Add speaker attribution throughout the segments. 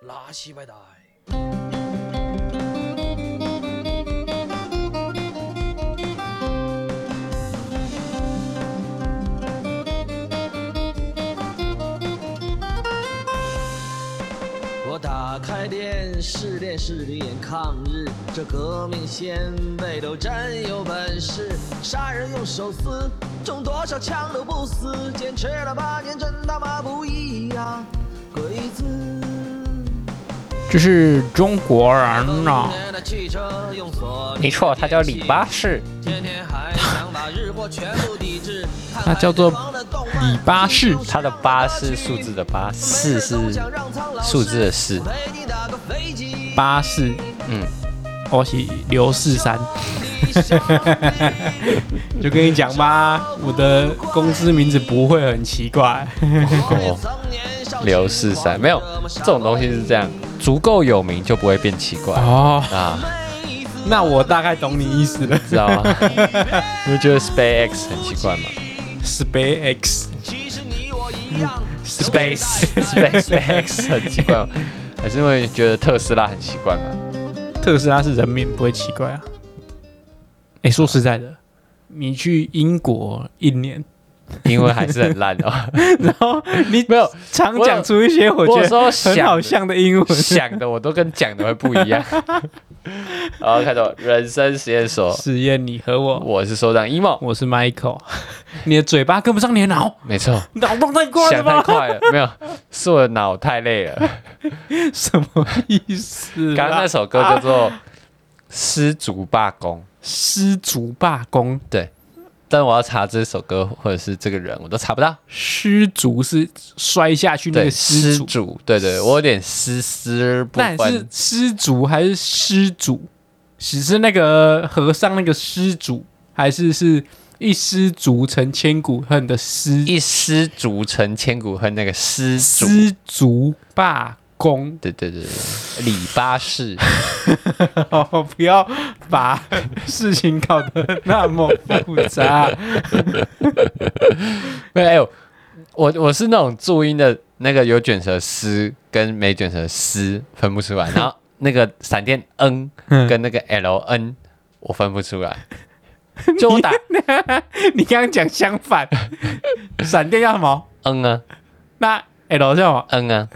Speaker 1: 那西百代。我打开电视，电视里演抗日，这革命先辈都真有本事，杀人用手撕，中多少枪都不死，坚持了八年，真他妈不易呀、鬼子。
Speaker 2: 这是中国人嗯呐、
Speaker 1: 没
Speaker 2: 没错，他叫李巴士。
Speaker 1: 他
Speaker 2: 叫做
Speaker 1: 李
Speaker 2: 巴士
Speaker 1: 他
Speaker 2: 他
Speaker 1: 的
Speaker 2: 的
Speaker 1: 八
Speaker 2: 八
Speaker 1: 是
Speaker 2: 是
Speaker 1: 数
Speaker 2: 数
Speaker 1: 字
Speaker 2: 字
Speaker 1: 的
Speaker 2: 的
Speaker 1: 八，
Speaker 2: 八
Speaker 1: 四是
Speaker 2: 四是
Speaker 1: 数
Speaker 2: 数
Speaker 1: 字
Speaker 2: 字
Speaker 1: 的四
Speaker 2: 的四。
Speaker 1: 八
Speaker 2: 巴
Speaker 1: 是
Speaker 2: 士，嗯，我是刘四三。
Speaker 3: 就跟你讲吧，我的公司名字不会很奇怪。
Speaker 2: 刘四三没有这种东西是这样，足够有名就不会变奇怪
Speaker 3: 哦，
Speaker 2: 啊，
Speaker 3: 那我大概懂你意思了。
Speaker 2: 知 道吗？你不觉得 SpaceX 很奇怪 吗
Speaker 3: SpaceX
Speaker 2: ？Space SpaceX 很奇怪吗？还是因为觉得特斯拉很奇怪吗？
Speaker 3: 特斯拉是人名，不会奇怪啊。哎，说实在的，你去英国一 年，
Speaker 2: 英文还是很烂 哦。
Speaker 3: 然后你
Speaker 2: 没有
Speaker 3: 常讲出一些我
Speaker 2: 我
Speaker 3: 觉
Speaker 2: 有时
Speaker 3: 得
Speaker 2: 候
Speaker 3: 很
Speaker 2: 想
Speaker 3: 好像的英文。
Speaker 2: 想的我都跟讲的会不 一样。然后看到人生实验所，
Speaker 3: 实验你和我，
Speaker 2: 我是首长 emo，
Speaker 3: 我是 Michael。你的 嘴巴跟不上你的脑，
Speaker 2: 没错，
Speaker 3: 脑洞太快了
Speaker 2: 想太
Speaker 3: 吧？
Speaker 2: 快了，没有，是我的脑太累了。
Speaker 3: 什么意思啊啦？
Speaker 2: 刚刚那首歌叫做《失足罢工》，
Speaker 3: 失足罢工，
Speaker 2: 但我要查这首歌或者是这个人，我都查不到。
Speaker 3: 失足是摔下去那
Speaker 2: 对，
Speaker 3: 个失
Speaker 2: 失
Speaker 3: 足，
Speaker 2: 主，对对，我有点失失不
Speaker 3: 但是
Speaker 2: 分，
Speaker 3: 失足还是失主？只是那个和尚那个失主，还是是一失足成千古恨的失
Speaker 2: 一失足成千古恨，那个失主。
Speaker 3: 失足罢工？
Speaker 2: 对对对对，李巴士，
Speaker 3: 哦，不要把事情搞得那么复杂。
Speaker 2: 没有哎呦，我我是那种注音的那个有卷舌丝跟没卷舌丝分不出来，然后那个闪电 n 跟那个 l n 我分不出来，就我打
Speaker 3: 你刚刚讲相反，闪电叫什么？
Speaker 2: n 啊
Speaker 3: 那哎 L 叫什么？
Speaker 2: n 啊，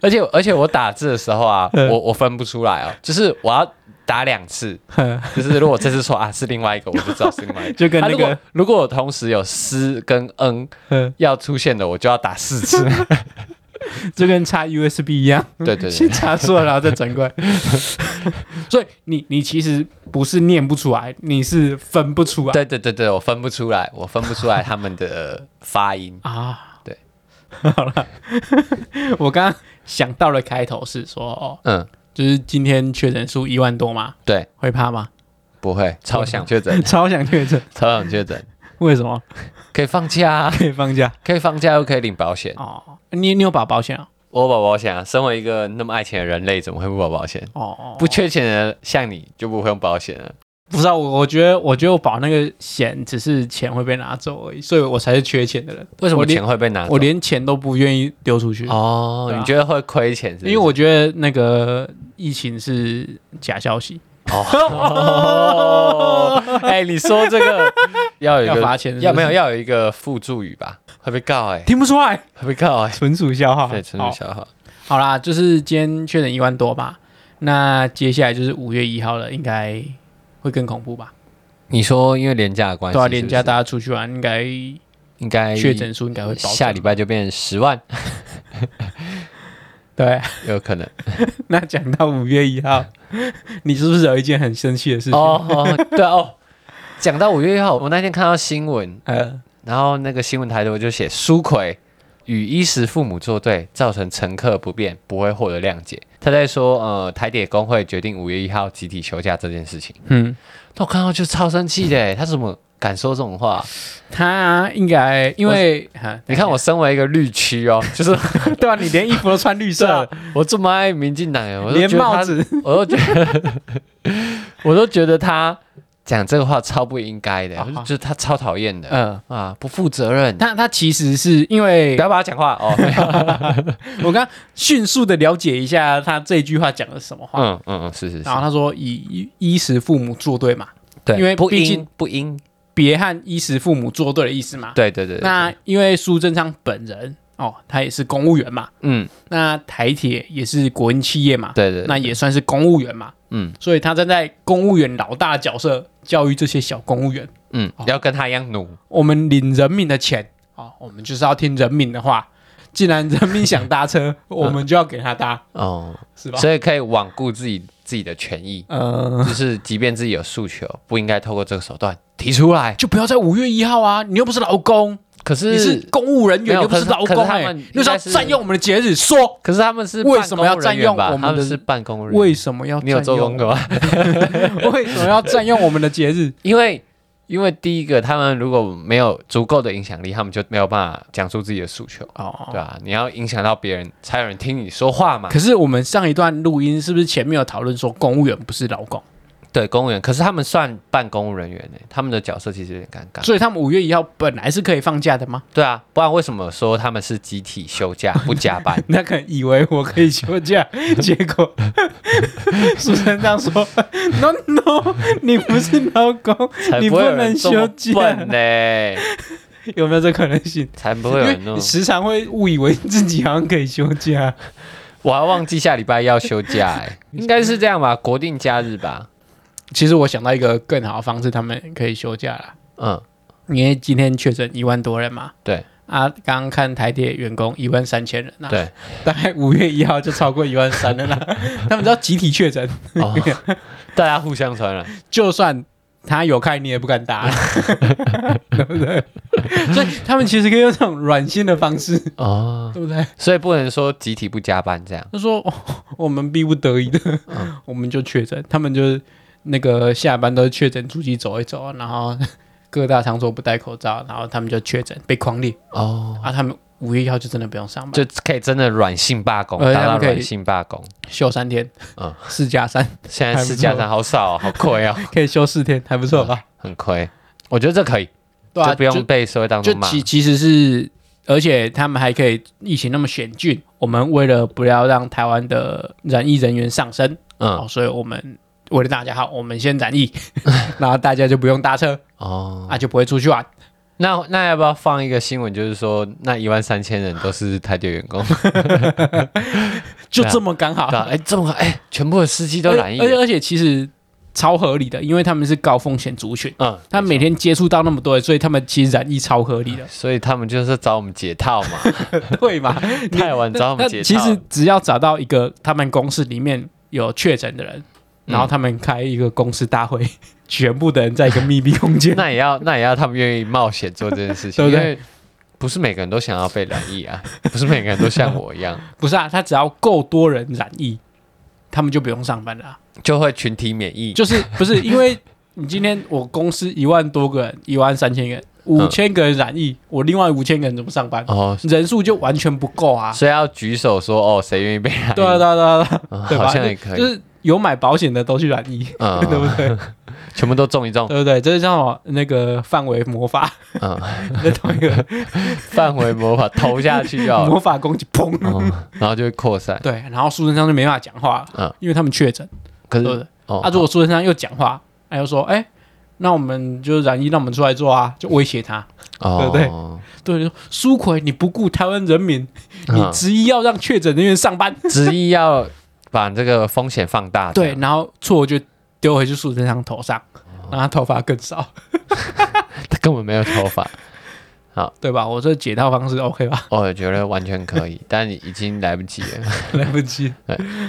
Speaker 2: 而且而且我打字的时候啊，
Speaker 3: 嗯
Speaker 2: 我我分不出来哦，就是我要打两 次，
Speaker 3: 哼
Speaker 2: 就是如果这次错啊是另外一个，我就知道是另外一个。
Speaker 3: 就跟
Speaker 2: 啊
Speaker 3: 那
Speaker 2: 如果
Speaker 3: 个嗯
Speaker 2: 如果我同时有丝跟 n
Speaker 3: 哼
Speaker 2: 要出现的，我就要打四 次。
Speaker 3: 就跟插 USB 一样，
Speaker 2: 对对对
Speaker 3: 先插错，然后再转 过来。所以你你其实不是念不出来，你是分不出来。
Speaker 2: 对对对对，我分不出来，我分不出来他们的发音。
Speaker 3: 啊，
Speaker 2: 对，
Speaker 3: 好了，我刚刚想到的开头是说，哦，
Speaker 2: 嗯，
Speaker 3: 就是今天确诊数一万多嘛，
Speaker 2: 对，
Speaker 3: 会怕吗？，
Speaker 2: 不会，超想确 诊
Speaker 3: 超想确诊，
Speaker 2: 超想确诊，
Speaker 3: 为什么？
Speaker 2: 可以放假、啊，
Speaker 3: 可以放假
Speaker 2: 可以放假又可以领保险。
Speaker 3: 哦？你你有保保险啊？
Speaker 2: 我保保险啊，身为一个那么爱钱的人类，怎么会不保保险？
Speaker 3: 哦哦，
Speaker 2: 不缺钱的像你就不会用保险了。
Speaker 3: 不知道，我我觉得我觉得我保那个险只是钱会被拿走而已，所以我才是缺钱的人。
Speaker 2: 为什
Speaker 3: 我
Speaker 2: 么
Speaker 3: 连
Speaker 2: 钱会被拿走？
Speaker 3: 我连钱都不愿意丢出去，
Speaker 2: 啊哦，
Speaker 3: 对啊
Speaker 2: 你觉得会亏钱是不
Speaker 3: 因
Speaker 2: 是？
Speaker 3: 为我觉得那个疫情是假消 息，
Speaker 2: 哦，哎，你说这个 要有一个
Speaker 3: 要罚钱是不是
Speaker 2: 要没有要有一个附注语吧？会被告 哎，
Speaker 3: 听不出来，
Speaker 2: 会被告哎，
Speaker 3: 纯属笑话。
Speaker 2: 对，纯属
Speaker 3: 好
Speaker 2: 笑话。
Speaker 3: 好啦，就是今天确诊一万多吧，那接下来就是五月一号了，应该会更恐怖吧？
Speaker 2: 你说因为廉价的关系，
Speaker 3: 对啊，
Speaker 2: 是不是
Speaker 3: 连假大家出去玩，应该
Speaker 2: 应该
Speaker 3: 确诊数应该会暴增
Speaker 2: 下礼拜就变十万，
Speaker 3: 对。啊
Speaker 2: 有可能
Speaker 3: 那讲到五月一号， 你是不是有一件很生气的事情？
Speaker 2: 哦。哦对哦，讲到五月一号，我那天看到新闻，
Speaker 3: 呃，
Speaker 2: 然后那个新闻台头就写苏奎与衣食父母作对，造成乘客不便，不会获得谅解。他在说，呃，台铁工会决定五月一号集体休假这件事情。
Speaker 3: 嗯，
Speaker 2: 那我看到就超生气的， 他怎么敢说这种话？
Speaker 3: 他应该因为哈
Speaker 2: 你看我身为一个绿区哦，就是
Speaker 3: 对啊，你连衣服都穿绿
Speaker 2: 对啊
Speaker 3: 色，
Speaker 2: 我这么 爱民进党，我都
Speaker 3: 连
Speaker 2: 觉得他
Speaker 3: 帽子
Speaker 2: 我都觉得，我都觉得他讲这个话超不应该的，
Speaker 3: 啊啊
Speaker 2: 就是他超讨厌的，
Speaker 3: 嗯
Speaker 2: 啊，不负责任，
Speaker 3: 他他其实是因为
Speaker 2: 不要把他讲话哦，没 有
Speaker 3: 我刚迅速的了解一下他这句话讲的是什么话，
Speaker 2: 嗯嗯嗯，是是是
Speaker 3: 然，后他说以衣衣食父母作对嘛，
Speaker 2: 对，
Speaker 3: 因为
Speaker 2: 不
Speaker 3: 毕竟
Speaker 2: 应不应，
Speaker 3: 别和衣食父母作对的意思嘛。
Speaker 2: 对对对，对
Speaker 3: 那因为苏贞昌本人哦，他也是公务员嘛，
Speaker 2: 嗯，
Speaker 3: 那台铁也是国营企业嘛，
Speaker 2: 对对，对
Speaker 3: 那也算是公务员嘛，
Speaker 2: 嗯
Speaker 3: 所以他站在公务员老大的角色教育这些小公务员，
Speaker 2: 嗯，要跟他一样努，
Speaker 3: 我们领人民的钱哦，我们就是要听人民的话。既然人民想搭车，
Speaker 2: 嗯
Speaker 3: 我们就要给他搭，
Speaker 2: 哦，
Speaker 3: 是吧？
Speaker 2: 所以可以罔顾自己自己的权益，
Speaker 3: 呃，
Speaker 2: 就是即便自己有诉求，不应该透过这个手段提出来。
Speaker 3: 就不要在五月一号啊！你又不是劳工，
Speaker 2: 可
Speaker 3: 你是
Speaker 2: 是，
Speaker 3: 公务人
Speaker 2: 没
Speaker 3: 员，
Speaker 2: 有
Speaker 3: 又不
Speaker 2: 可是
Speaker 3: 劳
Speaker 2: 可
Speaker 3: 工
Speaker 2: 是他
Speaker 3: 哎、
Speaker 2: 们
Speaker 3: 你就是要
Speaker 2: 应该是
Speaker 3: 占用我们的节日，说
Speaker 2: 可是他们是
Speaker 3: 为什么要
Speaker 2: 办公人员吧
Speaker 3: 占用我们的
Speaker 2: 他们是办公人员？
Speaker 3: 为什么要
Speaker 2: 你有
Speaker 3: 占
Speaker 2: 做
Speaker 3: 用？
Speaker 2: 功课吗？
Speaker 3: 为什么要占用我们的节日？
Speaker 2: 因为因为第一个，他们如果没有足够的影响力，他们就没有办法讲述自己的诉求，
Speaker 3: 哦，
Speaker 2: 对啊，你要影响到别人，才有人听你说话嘛。
Speaker 3: 啊可是我们上一段录音是不是前面有讨论说公务员不是劳工，
Speaker 2: 对，公务员，可是他们算办公务人员呢，他们的角色其实有点尴尬。
Speaker 3: 所以他们五月一号本来是可以放假的 吗？
Speaker 2: 对啊，不然为什么说他们是集体休假不加班？
Speaker 3: 那可能以为我可以休 假，结果苏贞昌 说：“No No，你不是劳工，
Speaker 2: 才
Speaker 3: 你
Speaker 2: 不会有人
Speaker 3: 能
Speaker 2: 这
Speaker 3: 休
Speaker 2: 么
Speaker 3: 假。
Speaker 2: 笨呢，
Speaker 3: 有没有这可能性？
Speaker 2: 才 不
Speaker 3: 因
Speaker 2: 会有
Speaker 3: 为
Speaker 2: 人那么
Speaker 3: 你。时常会误以为自己好像可以休假。
Speaker 2: 我还忘记下礼拜要休假哎，应该是这样吧，国定假日吧。
Speaker 3: 其实我想到一个更好的方式，他们可以休假了，
Speaker 2: 嗯，
Speaker 3: 因为今天确诊一万多人嘛。
Speaker 2: 对
Speaker 3: 啊，刚刚看台铁员工一万三千人啊，
Speaker 2: 对，
Speaker 3: 大概五月一号就超过一万三了 啦。他们知道集体确诊，
Speaker 2: 哦，大家互相传染。
Speaker 3: 就算他有开，你也不敢 打，对不对？所以他们其实可以用这种软性的方式，
Speaker 2: 哦，
Speaker 3: 对不对？
Speaker 2: 所以不能说集体不加班这样。
Speaker 3: 他说、哦 我们逼不得已的，
Speaker 2: 嗯
Speaker 3: 我们就确诊，他们就是那个下班都是确诊出去走一走，啊然后 各大场所不戴口罩，然后他们就确诊被框列
Speaker 2: 哦，
Speaker 3: 啊，他们五月一号就真的不用上班，
Speaker 2: 就可以真的软性罢工，
Speaker 3: 呃
Speaker 2: 达
Speaker 3: 他
Speaker 2: 到
Speaker 3: 们可以
Speaker 2: 软性罢工。
Speaker 3: 休三天，
Speaker 2: 嗯
Speaker 3: 四加三
Speaker 2: 现在是家长好少哦，好亏哦，
Speaker 3: 可以休四天，还不错吧？
Speaker 2: 很亏。我觉得这可以，
Speaker 3: 对啊，
Speaker 2: 嗯就不用被社会当
Speaker 3: 就
Speaker 2: 中骂。
Speaker 3: 其其实是，而且他们还可以疫情那么险峻，我们为了不要让台湾的染疫人员上升，哦，
Speaker 2: 嗯，
Speaker 3: 所以我们为了大家好，我们先染疫， 然后大家就不用搭车
Speaker 2: 哦，
Speaker 3: 啊，就不会出去玩。
Speaker 2: 那那要不要放一个新闻，就是说那一万三千人都是台 铁员工？对
Speaker 3: 就
Speaker 2: 对啊
Speaker 3: 这么刚好，
Speaker 2: 啊，哎，这么哎，全部的司机都
Speaker 3: 而
Speaker 2: 染疫
Speaker 3: 而且
Speaker 2: 了。
Speaker 3: 而且其实超合理的，因为他们是高风险族群，
Speaker 2: 嗯，
Speaker 3: 他们每天接触到那么多人，所以他们其实染疫超合理的，
Speaker 2: 所以他们就是找我们解套嘛，
Speaker 3: 对嘛？
Speaker 2: 太晚找我
Speaker 3: 那
Speaker 2: 们解套。
Speaker 3: 其实只要找到一个他们公司里面有确诊的人，
Speaker 2: 嗯
Speaker 3: 然后他们开一个公司大会， 全部的人在一个密闭空间，
Speaker 2: 那也要那也要他们愿意冒险做这件事 情，
Speaker 3: 对不
Speaker 2: 因
Speaker 3: 对
Speaker 2: 为不是每个人都想要被染疫啊，不是每个人都像我一样
Speaker 3: 不是啊？他只要够多人染疫，他们就不用上班了啊、
Speaker 2: 就会群体免疫。
Speaker 3: 就是不 是因为你今天我公司一万多个人，一万三千个人，五千个人染疫，我另外五千个人怎么上班？
Speaker 2: 哦，
Speaker 3: 人数就完全不够啊！
Speaker 2: 所以要举手说哦，谁愿意被染疫？
Speaker 3: 对啊，对啊，对啊，对啊
Speaker 2: 嗯
Speaker 3: 对吧？
Speaker 2: 好像也可以，
Speaker 3: 就是有买保险的都去染疫，
Speaker 2: 嗯，
Speaker 3: 对不对？
Speaker 2: 全部都中一中，
Speaker 3: 对不对？这是叫什么？那个范围魔法，
Speaker 2: 嗯，
Speaker 3: 那同一个
Speaker 2: 范围魔法投下去哦，
Speaker 3: 魔法攻击，砰！
Speaker 2: 哦，然后就会扩散。
Speaker 3: 对，然后苏贞昌就没办法讲话，
Speaker 2: 嗯
Speaker 3: 了，因为他们确诊，
Speaker 2: 可
Speaker 3: 对不
Speaker 2: 是
Speaker 3: 对？
Speaker 2: 哦，
Speaker 3: 啊，如果苏贞昌又讲话，他又说，哎，那我们就染疫，让我们出来做啊，就威胁他。对
Speaker 2: 哦，
Speaker 3: 不对，就说苏奎，你不顾台湾人民，
Speaker 2: 嗯
Speaker 3: 你执意要让确诊人员上班，
Speaker 2: 执意要把这个风险放大。
Speaker 3: 对，，然后错就丢回去苏贞昌头上，
Speaker 2: 哦
Speaker 3: 让他头发更少，
Speaker 2: 他根本没有头发， 哦
Speaker 3: 对吧？我这解套方式 OK 吧？
Speaker 2: 我觉得完全可以，但已经来不及了。
Speaker 3: 来不及。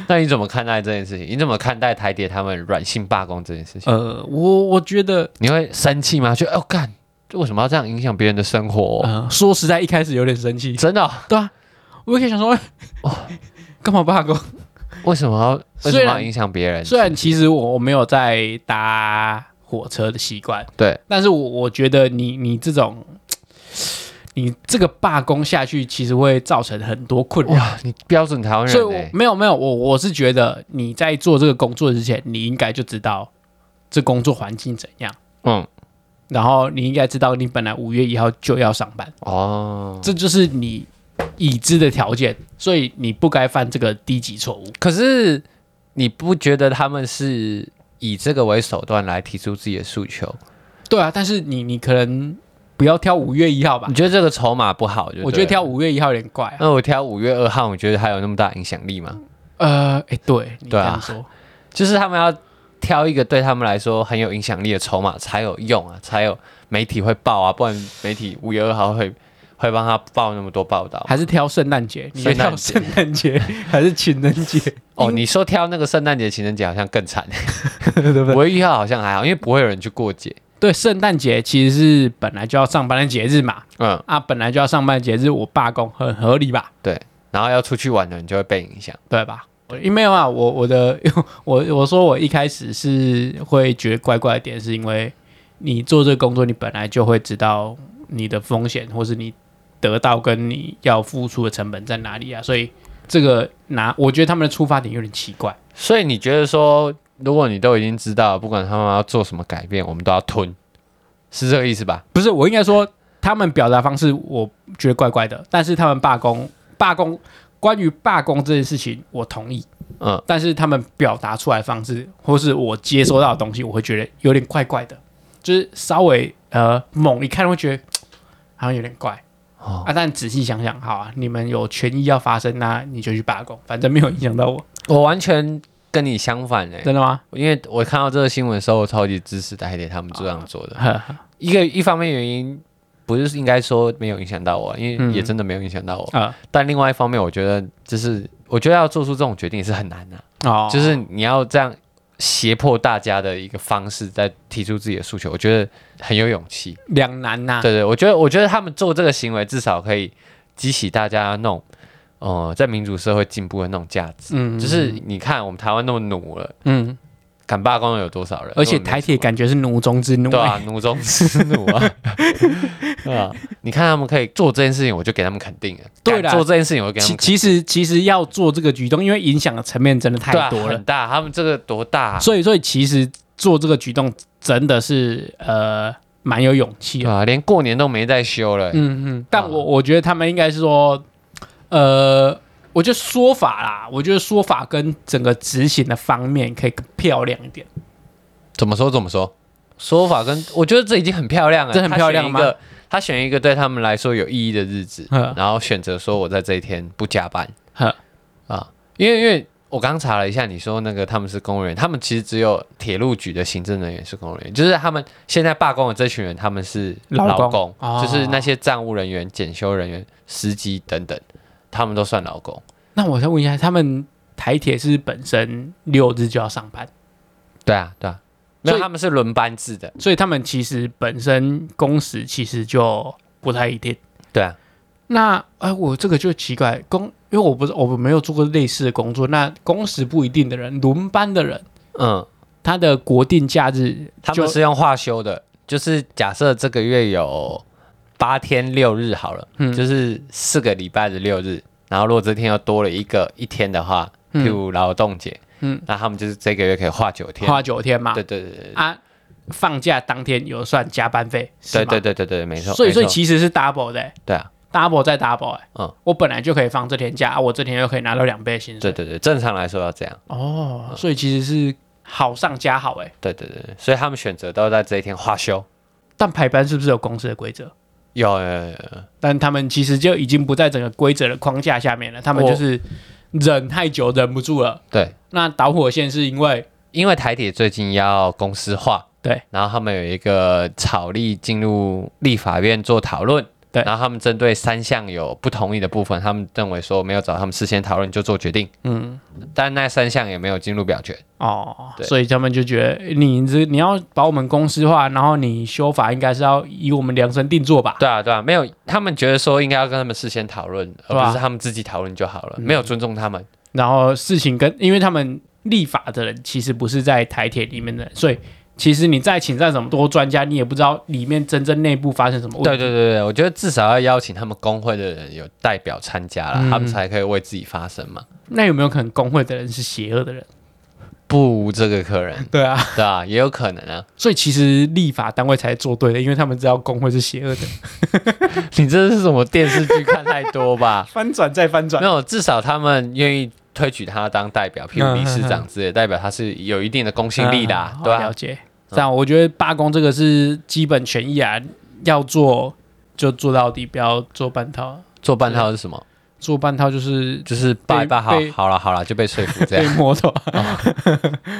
Speaker 2: 那你怎么看待这件事情？你怎么看待台铁他们软性罢工这件事情？
Speaker 3: 呃，我我觉得，
Speaker 2: 你会生气吗？觉得哦干，为什么要这样影响别人的生活、
Speaker 3: 呃，说实在，一开始有点生气，
Speaker 2: 真的哦、
Speaker 3: 对啊，我也可以想说，哎干嘛罢工？
Speaker 2: 为什么要为什
Speaker 3: 虽
Speaker 2: 么
Speaker 3: 然
Speaker 2: 要影响别 人？
Speaker 3: 虽然其实我我没有在搭火车的习惯，
Speaker 2: 对，
Speaker 3: 但是我我觉得你你这种。你这个罢工下去，其实会造成很多困扰。
Speaker 2: 哇，你标准台湾
Speaker 3: 所以
Speaker 2: 人
Speaker 3: 我
Speaker 2: 呢、欸？
Speaker 3: 没有没有，我我是觉得你在做这个工作之前，你应该就知道这工作环境怎样，
Speaker 2: 嗯，
Speaker 3: 然后你应该知道你本来五月一号就要上班，
Speaker 2: 哦，
Speaker 3: 这就是你已知的条件，所以你不该犯这个低级错误。
Speaker 2: 可是你不觉得他们是以这个为手段来提出自己的诉求？
Speaker 3: 对啊，但是你你可能不要挑五月一号吧
Speaker 2: 你，觉得这个筹码不好就？
Speaker 3: 我觉得挑，五月一号有点怪啊。
Speaker 2: 那我挑五月二号，你觉得还有那么大影响力吗？
Speaker 3: 呃，哎，对你这
Speaker 2: 对啊
Speaker 3: 样说，
Speaker 2: 就是他们要挑一个对他们来说很有影响力的筹码才有用啊，才有媒体会报啊，不然媒体五月二号会会帮他报那么多报道。
Speaker 3: 还是挑圣诞节？你觉得挑圣
Speaker 2: 圣
Speaker 3: 诞节 还是情人节？
Speaker 2: 哦，你说挑那个圣诞节、情人节好像更惨，
Speaker 3: 对不对？
Speaker 2: 五月一号好像还好，因为不会有人去过节。
Speaker 3: 对，圣诞节其实是本来就要上班的节日嘛，
Speaker 2: 嗯，
Speaker 3: 啊，本来就要上班的节日，我罢工很合理吧？
Speaker 2: 对。然后要出去玩的人就会被影响。
Speaker 3: 对吧？我因为没有啊，我我的 我我说我一开始是会觉得怪怪的点，是因为你做这个工作，你本来就会知道你的风险，或是你得到跟你要付出的成本在哪里啊，所以这个拿我觉得他们的出发点有点奇怪。
Speaker 2: 所以你觉得说，如果你都已经知道，不管他们要做什么改变，我们都要吞，是这个意思吧？
Speaker 3: 不是，我应该说他们表达方式，我觉得怪怪的。但是他们罢工，罢工，关于罢工这件事情，我同意。
Speaker 2: 嗯，
Speaker 3: 但是他们表达出来的方式，或是我接收到的东西，我会觉得有点怪怪的，就是稍微呃猛一看会觉得好像有点怪。
Speaker 2: 哦
Speaker 3: 啊，但仔细想想，好啊，你们有权益要发生，那你就去罢工，反正没有影响 到我，
Speaker 2: 我完全跟你相反哎、
Speaker 3: 真的 吗？
Speaker 2: 因为我看到这个新闻的时候，我超级支持台铁他们这样做的。啊一个一方面原因不是应该说没有影响到我，因
Speaker 3: 嗯
Speaker 2: 为也真的没有影响到我。
Speaker 3: 呃，
Speaker 2: 但另外一方面，我觉得就是我觉得要做出这种决定也是很难的、 啊
Speaker 3: 哦，
Speaker 2: 就是你要这样胁迫大家的一个方式，在提出自己的诉求，我觉得很有勇气。
Speaker 3: 两难呐、
Speaker 2: 对对，我觉得我觉得他们做这个行为，至少可以激起大家那种呃在民主社会进步的那种价值。
Speaker 3: 嗯，
Speaker 2: 就是你看我们台湾那么努了，
Speaker 3: 嗯，
Speaker 2: 敢罢工的有多少人？
Speaker 3: 而且台铁感觉是奴中之奴、
Speaker 2: 对啊，奴中之奴啊， 对啊，你看他们可以做这件事情，我就给他们肯定了。
Speaker 3: 对啦
Speaker 2: 敢做这件事情，我就给他
Speaker 3: 哎其
Speaker 2: 们肯
Speaker 3: 其
Speaker 2: 定
Speaker 3: 实其实要做这个举动，因为影响的层面真的
Speaker 2: 对
Speaker 3: 太
Speaker 2: 啊
Speaker 3: 多了
Speaker 2: 很，大，他们这个多大啊？
Speaker 3: 所以所以其实做这个举动真的是呃蛮有勇气
Speaker 2: 对
Speaker 3: 的。
Speaker 2: 啊，连过年都没在休了欸。
Speaker 3: 嗯嗯，但我
Speaker 2: 啊
Speaker 3: 我觉得他们应该是说，呃，我觉得说法啦，我觉得说法跟整个执行的方面可以更漂亮一点。
Speaker 2: 怎么说？怎么说？说法跟我觉得这已经很漂亮了，
Speaker 3: 这很漂亮吗
Speaker 2: 他选一个？他选一个对他们来说有意义的日子
Speaker 3: 嗯，
Speaker 2: 然后选择说我在这一天不加班
Speaker 3: 呵，
Speaker 2: 啊，因为因为我刚查了一下，你说那个他们是公务员，他们其实只有铁路局的行政人员是公务员，就是他们现在罢工的这群人，他们是
Speaker 3: 劳工
Speaker 2: 劳工，
Speaker 3: 哦
Speaker 2: 就是那些站务人员、检修人员、司机等等，他们都算劳工。
Speaker 3: 那我想问一下，他们台铁是本身六日就要上班，
Speaker 2: 对啊，对啊，没有
Speaker 3: 所以
Speaker 2: 他们是轮班制的，
Speaker 3: 所以他们其实本身工时其实就不太一定。
Speaker 2: 对啊，
Speaker 3: 那哎，我这个就奇怪，工，因为我不是我们没有做过类似的工作，那工时不一定的人，轮班的人，
Speaker 2: 嗯。
Speaker 3: 他的国定假日
Speaker 2: 他
Speaker 3: 就
Speaker 2: 们是用化休的，就是假设这个月有八天六日好了，
Speaker 3: 嗯
Speaker 2: 就是四个礼拜的六日，然后如果这天又多了一个一天的话，
Speaker 3: 嗯
Speaker 2: 譬如劳动节，
Speaker 3: 嗯
Speaker 2: 嗯，那他们就是这个月可以画九天，
Speaker 3: 花九天嘛，
Speaker 2: 对对对对
Speaker 3: 啊，放假当天有算加班费，是
Speaker 2: 对
Speaker 3: 吗
Speaker 2: 对对对对，没错，
Speaker 3: 所以所以
Speaker 2: 没错
Speaker 3: 其实是 double 的欸、
Speaker 2: 对啊，
Speaker 3: d o u b l e 再 double 哎、
Speaker 2: 嗯
Speaker 3: 我本来就可以放这天假，啊、我这天又可以拿到两倍的薪
Speaker 2: 对
Speaker 3: 水，
Speaker 2: 对对，正常来说要这样，
Speaker 3: 哦，所以其实是好上加好哎、
Speaker 2: 对对对，对所以他们选择都在这一天画休，
Speaker 3: 但排班是不是有公司的规则？
Speaker 2: 有有有有有
Speaker 3: 但他们其实就已经不在整个规则的框架下面了，他们
Speaker 2: 我
Speaker 3: 就是忍太久，忍不住了。
Speaker 2: 对，
Speaker 3: 那导火线是因为
Speaker 2: 因为台铁最近要公司化，
Speaker 3: 对，
Speaker 2: 然后他们有一个草例进入立法院做讨论，
Speaker 3: 对
Speaker 2: 然后他们针对三项有不同意的部分，他们认为说没有找他们事先讨论就做决定，
Speaker 3: 嗯
Speaker 2: 但那三项也没有进入表决，
Speaker 3: 哦，
Speaker 2: 对
Speaker 3: 所以他们就觉得你这你要把我们公司化，然后你修法应该是要以我们量身定做吧？
Speaker 2: 对啊对啊，没有，他们觉得说应该要跟他们事先讨论，而
Speaker 3: 对啊
Speaker 2: 不是他们自己讨论就好了，没有尊重他们，
Speaker 3: 然后事情跟因为他们立法的人其实不是在台铁里面的人，所以其实你再请再怎么多专家，你也不知道里面真正内部发生什么问题。
Speaker 2: 对对对对，我觉得至少要邀请他们工会的人有代表参加啦，
Speaker 3: 嗯
Speaker 2: 他们才可以为自己发声嘛，
Speaker 3: 那有没有可能工会的人是邪恶的人？
Speaker 2: 不无这个可能，
Speaker 3: 对啊，
Speaker 2: 对吧、也有可能啊。
Speaker 3: 所以其实立法单位才做对的，因为他们知道工会是邪恶的，？
Speaker 2: 你这是什么电视剧看太多吧
Speaker 3: 翻转再翻转
Speaker 2: 没。有，至少他们愿意推举他当代表，譬如理事长之类，代表他是有一定的公信力的啊
Speaker 3: 嗯，
Speaker 2: 对吧、
Speaker 3: 了解。这样，我觉得罢工这个是基本权益啊，要做就做到底，不要做半套。
Speaker 2: 做半套是什么？
Speaker 3: 做半套就是
Speaker 2: 就是拜拜好
Speaker 3: 被
Speaker 2: 好了好了就被说服这
Speaker 3: 被
Speaker 2: 样。
Speaker 3: 摸头，
Speaker 2: 啊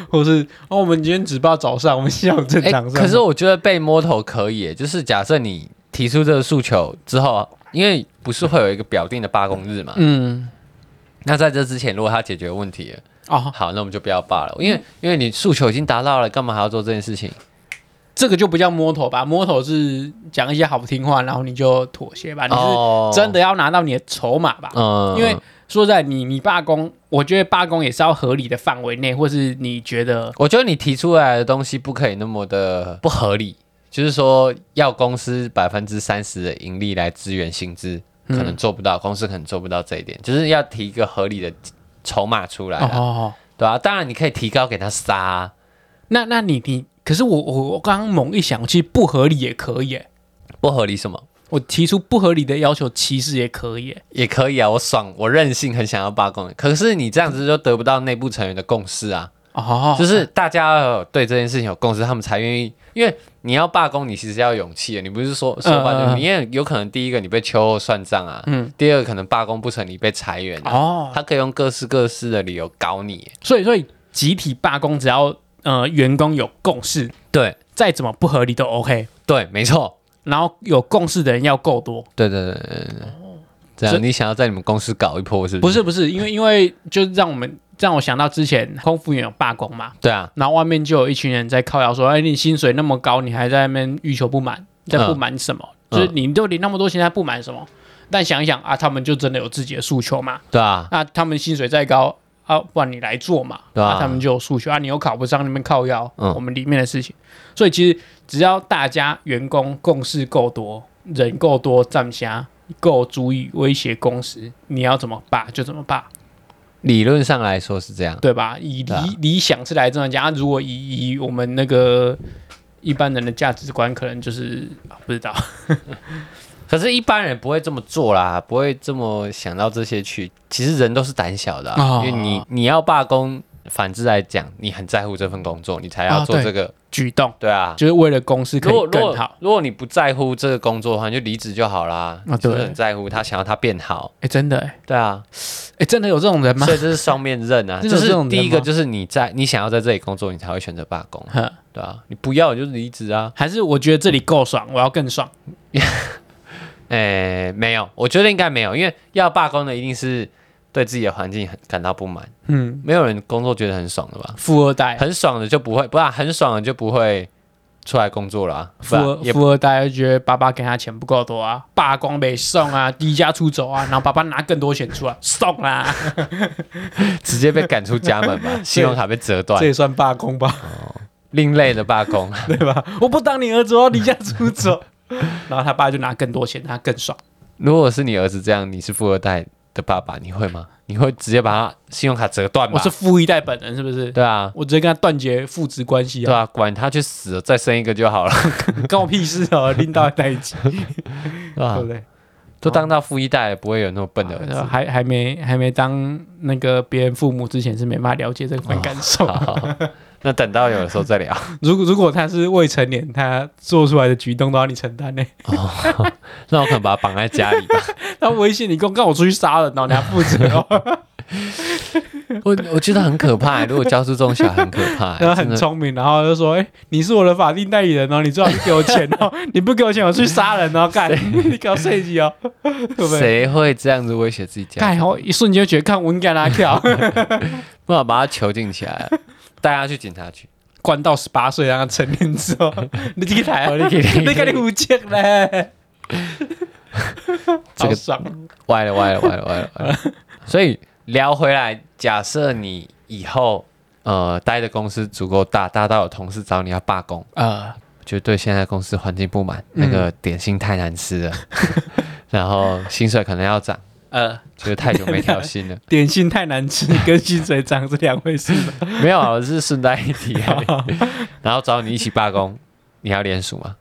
Speaker 3: 或是哦，我们今天只报早上，我们下午 正
Speaker 2: 哎、
Speaker 3: 常上。
Speaker 2: 可是我觉得被摸头可以耶，就是假设你提出这个诉求之后，因为不是会有一个表定的罢工日嘛？
Speaker 3: 嗯，
Speaker 2: 那在这之前，如果他解决问题了，
Speaker 3: 哦，
Speaker 2: 好，那我们就不要罢了，因为因为你诉求已经达到了，干嘛还要做这件事情？
Speaker 3: 这个就不叫摸头吧？摸头是讲一些好听话，然后你就妥协吧。你是
Speaker 2: 哦
Speaker 3: 真，的要拿到你的筹码吧？
Speaker 2: 嗯
Speaker 3: 因为说实在你你罢工，我觉得罢工也是要合理的范围内，或是你觉得
Speaker 2: 我觉得你提出来的东西不可以那么的不合理，就是说要公司百分之三十的盈利来支援薪资，可能做不到，公司可能做不到这一点，就是要提一个合理的筹码出来
Speaker 3: 哦
Speaker 2: 啊、
Speaker 3: 哦哦
Speaker 2: 对啊，当然你可以提高给他杀啊，
Speaker 3: 那那你你，可是我我我刚刚猛一想，其实不合理也可以耶，
Speaker 2: 不合理什么
Speaker 3: 我提出不合理的要求，其实也可以耶。
Speaker 2: 也可以啊，我爽，我任性，很想要罢工，可是你这样子就得不到内部成员的共识啊，
Speaker 3: 哦，
Speaker 2: 就是大家要有对这件事情有共识，他们才愿意。因为你要罢工，你其实要有勇气的，你不是说说罢
Speaker 3: 嗯嗯
Speaker 2: 工，
Speaker 3: 嗯
Speaker 2: 你因为有可能第一个你被秋后算账啊，
Speaker 3: 嗯
Speaker 2: 第二个可能罢工不成你被裁员、啊，
Speaker 3: 哦，
Speaker 2: 他可以用各式各式的理由搞你。
Speaker 3: 所以所以集体罢工，只要呃员工有共识，
Speaker 2: 对
Speaker 3: 再怎么不合理都 OK。
Speaker 2: 对，没错，
Speaker 3: 然后有共识的人要够多，
Speaker 2: 对对对对对对。这
Speaker 3: 哦所以
Speaker 2: 样你想要在你们公司搞一波是
Speaker 3: 不
Speaker 2: 不是？
Speaker 3: 是不是，因为因为就让我们让我想到之前空服员有罢工嘛，
Speaker 2: 对啊，
Speaker 3: 然后外面就有一群人在靠谣说：“哎，你薪水那么高，你还在那边欲求不满，在不满什么？
Speaker 2: 嗯
Speaker 3: 就是你都领那么多钱，还不满什么？”但想一想啊，他们就真的有自己的诉求嘛。
Speaker 2: 对啊，
Speaker 3: 那他们薪水再高啊，不然你来做嘛。
Speaker 2: 对啊
Speaker 3: 他们就有诉求啊，你又考不上，你们靠腰，
Speaker 2: 嗯
Speaker 3: 我们里面的事情。所以其实只要大家员工共识够多，人够多，站下够足以威胁公司，你要怎么罢就怎么罢。
Speaker 2: 理论上来说是这样。
Speaker 3: 对吧？以理、
Speaker 2: 对啊
Speaker 3: 理想是来这样讲，啊如果以以我们那个一般人的价值观，可能就是、啊不知道。
Speaker 2: 可是，一般人不会这么做啦，不会这么想到这些去。其实人都是胆小的啊、
Speaker 3: 哦
Speaker 2: 因为你你要罢工，反之来讲，你很在乎这份工作，你才要
Speaker 3: 哦
Speaker 2: 做
Speaker 3: 对
Speaker 2: 这个，
Speaker 3: 举动
Speaker 2: 对啊。
Speaker 3: 就是为了公司可
Speaker 2: 如果
Speaker 3: 以
Speaker 2: 如
Speaker 3: 更
Speaker 2: 果
Speaker 3: 好。
Speaker 2: 如果你不在乎这个工作的话，你就离职就好啦。
Speaker 3: 啊对
Speaker 2: 就是很在乎他，想要他变好，
Speaker 3: 哎、真的、哎、
Speaker 2: 对啊。
Speaker 3: 哎真的有这种人吗
Speaker 2: 所？以这是双面刃啊，
Speaker 3: 真的
Speaker 2: 就
Speaker 3: 有这
Speaker 2: 是
Speaker 3: 种人吗
Speaker 2: 第一个就是你在你想要在这里工作，你才会选择罢工，
Speaker 3: 哼
Speaker 2: 对啊。你不要你就离职啊。
Speaker 3: 还是我觉得这里够爽，我要更爽。
Speaker 2: 诶，没有，我觉得应该没有，因为要罢工的一定是对自己的环境很感到不满。
Speaker 3: 嗯，
Speaker 2: 没有人工作觉得很爽的吧？
Speaker 3: 富二代，
Speaker 2: 很爽的就不会，不然很爽的就不会出来工作了、啊。
Speaker 3: 富
Speaker 2: 不然
Speaker 3: 二
Speaker 2: 也
Speaker 3: 富二代就觉得爸爸给他钱不够多啊，罢工被送啊，离家出走啊，然后爸爸拿更多钱出来送啊啦、
Speaker 2: 直接被赶出家门 吧，信用卡被折断，
Speaker 3: 也算罢工吧，
Speaker 2: 另类的罢工。
Speaker 3: 对吧？ 我不当你儿子，我要离家出走。然后他爸就拿更多钱，他更爽。
Speaker 2: 如果是你儿子这样，你是富二代的爸爸，你会吗？你会直接把他信用卡折断
Speaker 3: 我
Speaker 2: 吧？
Speaker 3: 是富一代本人，是不是？
Speaker 2: 对啊，
Speaker 3: 我直接跟他断绝父子关系
Speaker 2: 对
Speaker 3: 啊，
Speaker 2: 啊，管他去死了，再生一个就好了，
Speaker 3: 关我屁事哦，拎到在一起，
Speaker 2: 对啊吧
Speaker 3: 对不？对？
Speaker 2: 都当到富一代了，不会有那么笨的儿子。
Speaker 3: 还还没还没当那个别人父母之前是没办法了解这份感受。
Speaker 2: 好，好 那等到有的时候再聊。
Speaker 3: 如果如果他是未成年，他做出来的举动都要你承担呢、
Speaker 2: 那我可能把他绑在家里吧。
Speaker 3: 他威胁你，跟跟我出去杀人哦，你还负责哦，
Speaker 2: 我我觉得很可怕、如果教出这种小孩很可怕、
Speaker 3: 然后
Speaker 2: 真
Speaker 3: 很
Speaker 2: 的
Speaker 3: 聪明，然后就说：“哎、你是我的法定代理人哦，你最好是给我钱哦， 你不给我钱，我去杀人哦，干， 你搞设计哦，对不对？”
Speaker 2: 谁会这样子威胁自己 家
Speaker 3: 干，哦
Speaker 2: 人？
Speaker 3: 我一瞬间觉得看文干拉跳。
Speaker 2: 不好把他囚禁起 来，啊带他去警察局。
Speaker 3: 关到十八岁，让他成年之 后，你这个台啊，
Speaker 2: 哦
Speaker 3: 你
Speaker 2: 你去台
Speaker 3: 给你无解 嘞，
Speaker 2: 这
Speaker 3: 好
Speaker 2: 个
Speaker 3: 爽。
Speaker 2: 歪了，歪了，歪了，歪了。 歪了所以聊回来，假设你以后呃待的公司足够大，大到有同事找你要罢工，
Speaker 3: 呃，
Speaker 2: 就对现在公司
Speaker 3: 嗯
Speaker 2: 环境不满，那个点心太难吃了，然后薪水可能要涨，
Speaker 3: 呃，
Speaker 2: 觉得太久没调 薪了。
Speaker 3: 点心太难吃跟薪水涨是两回事吧
Speaker 2: 没有啊，我是顺带一提而已。然后找你一起罢工，你还要联署吗？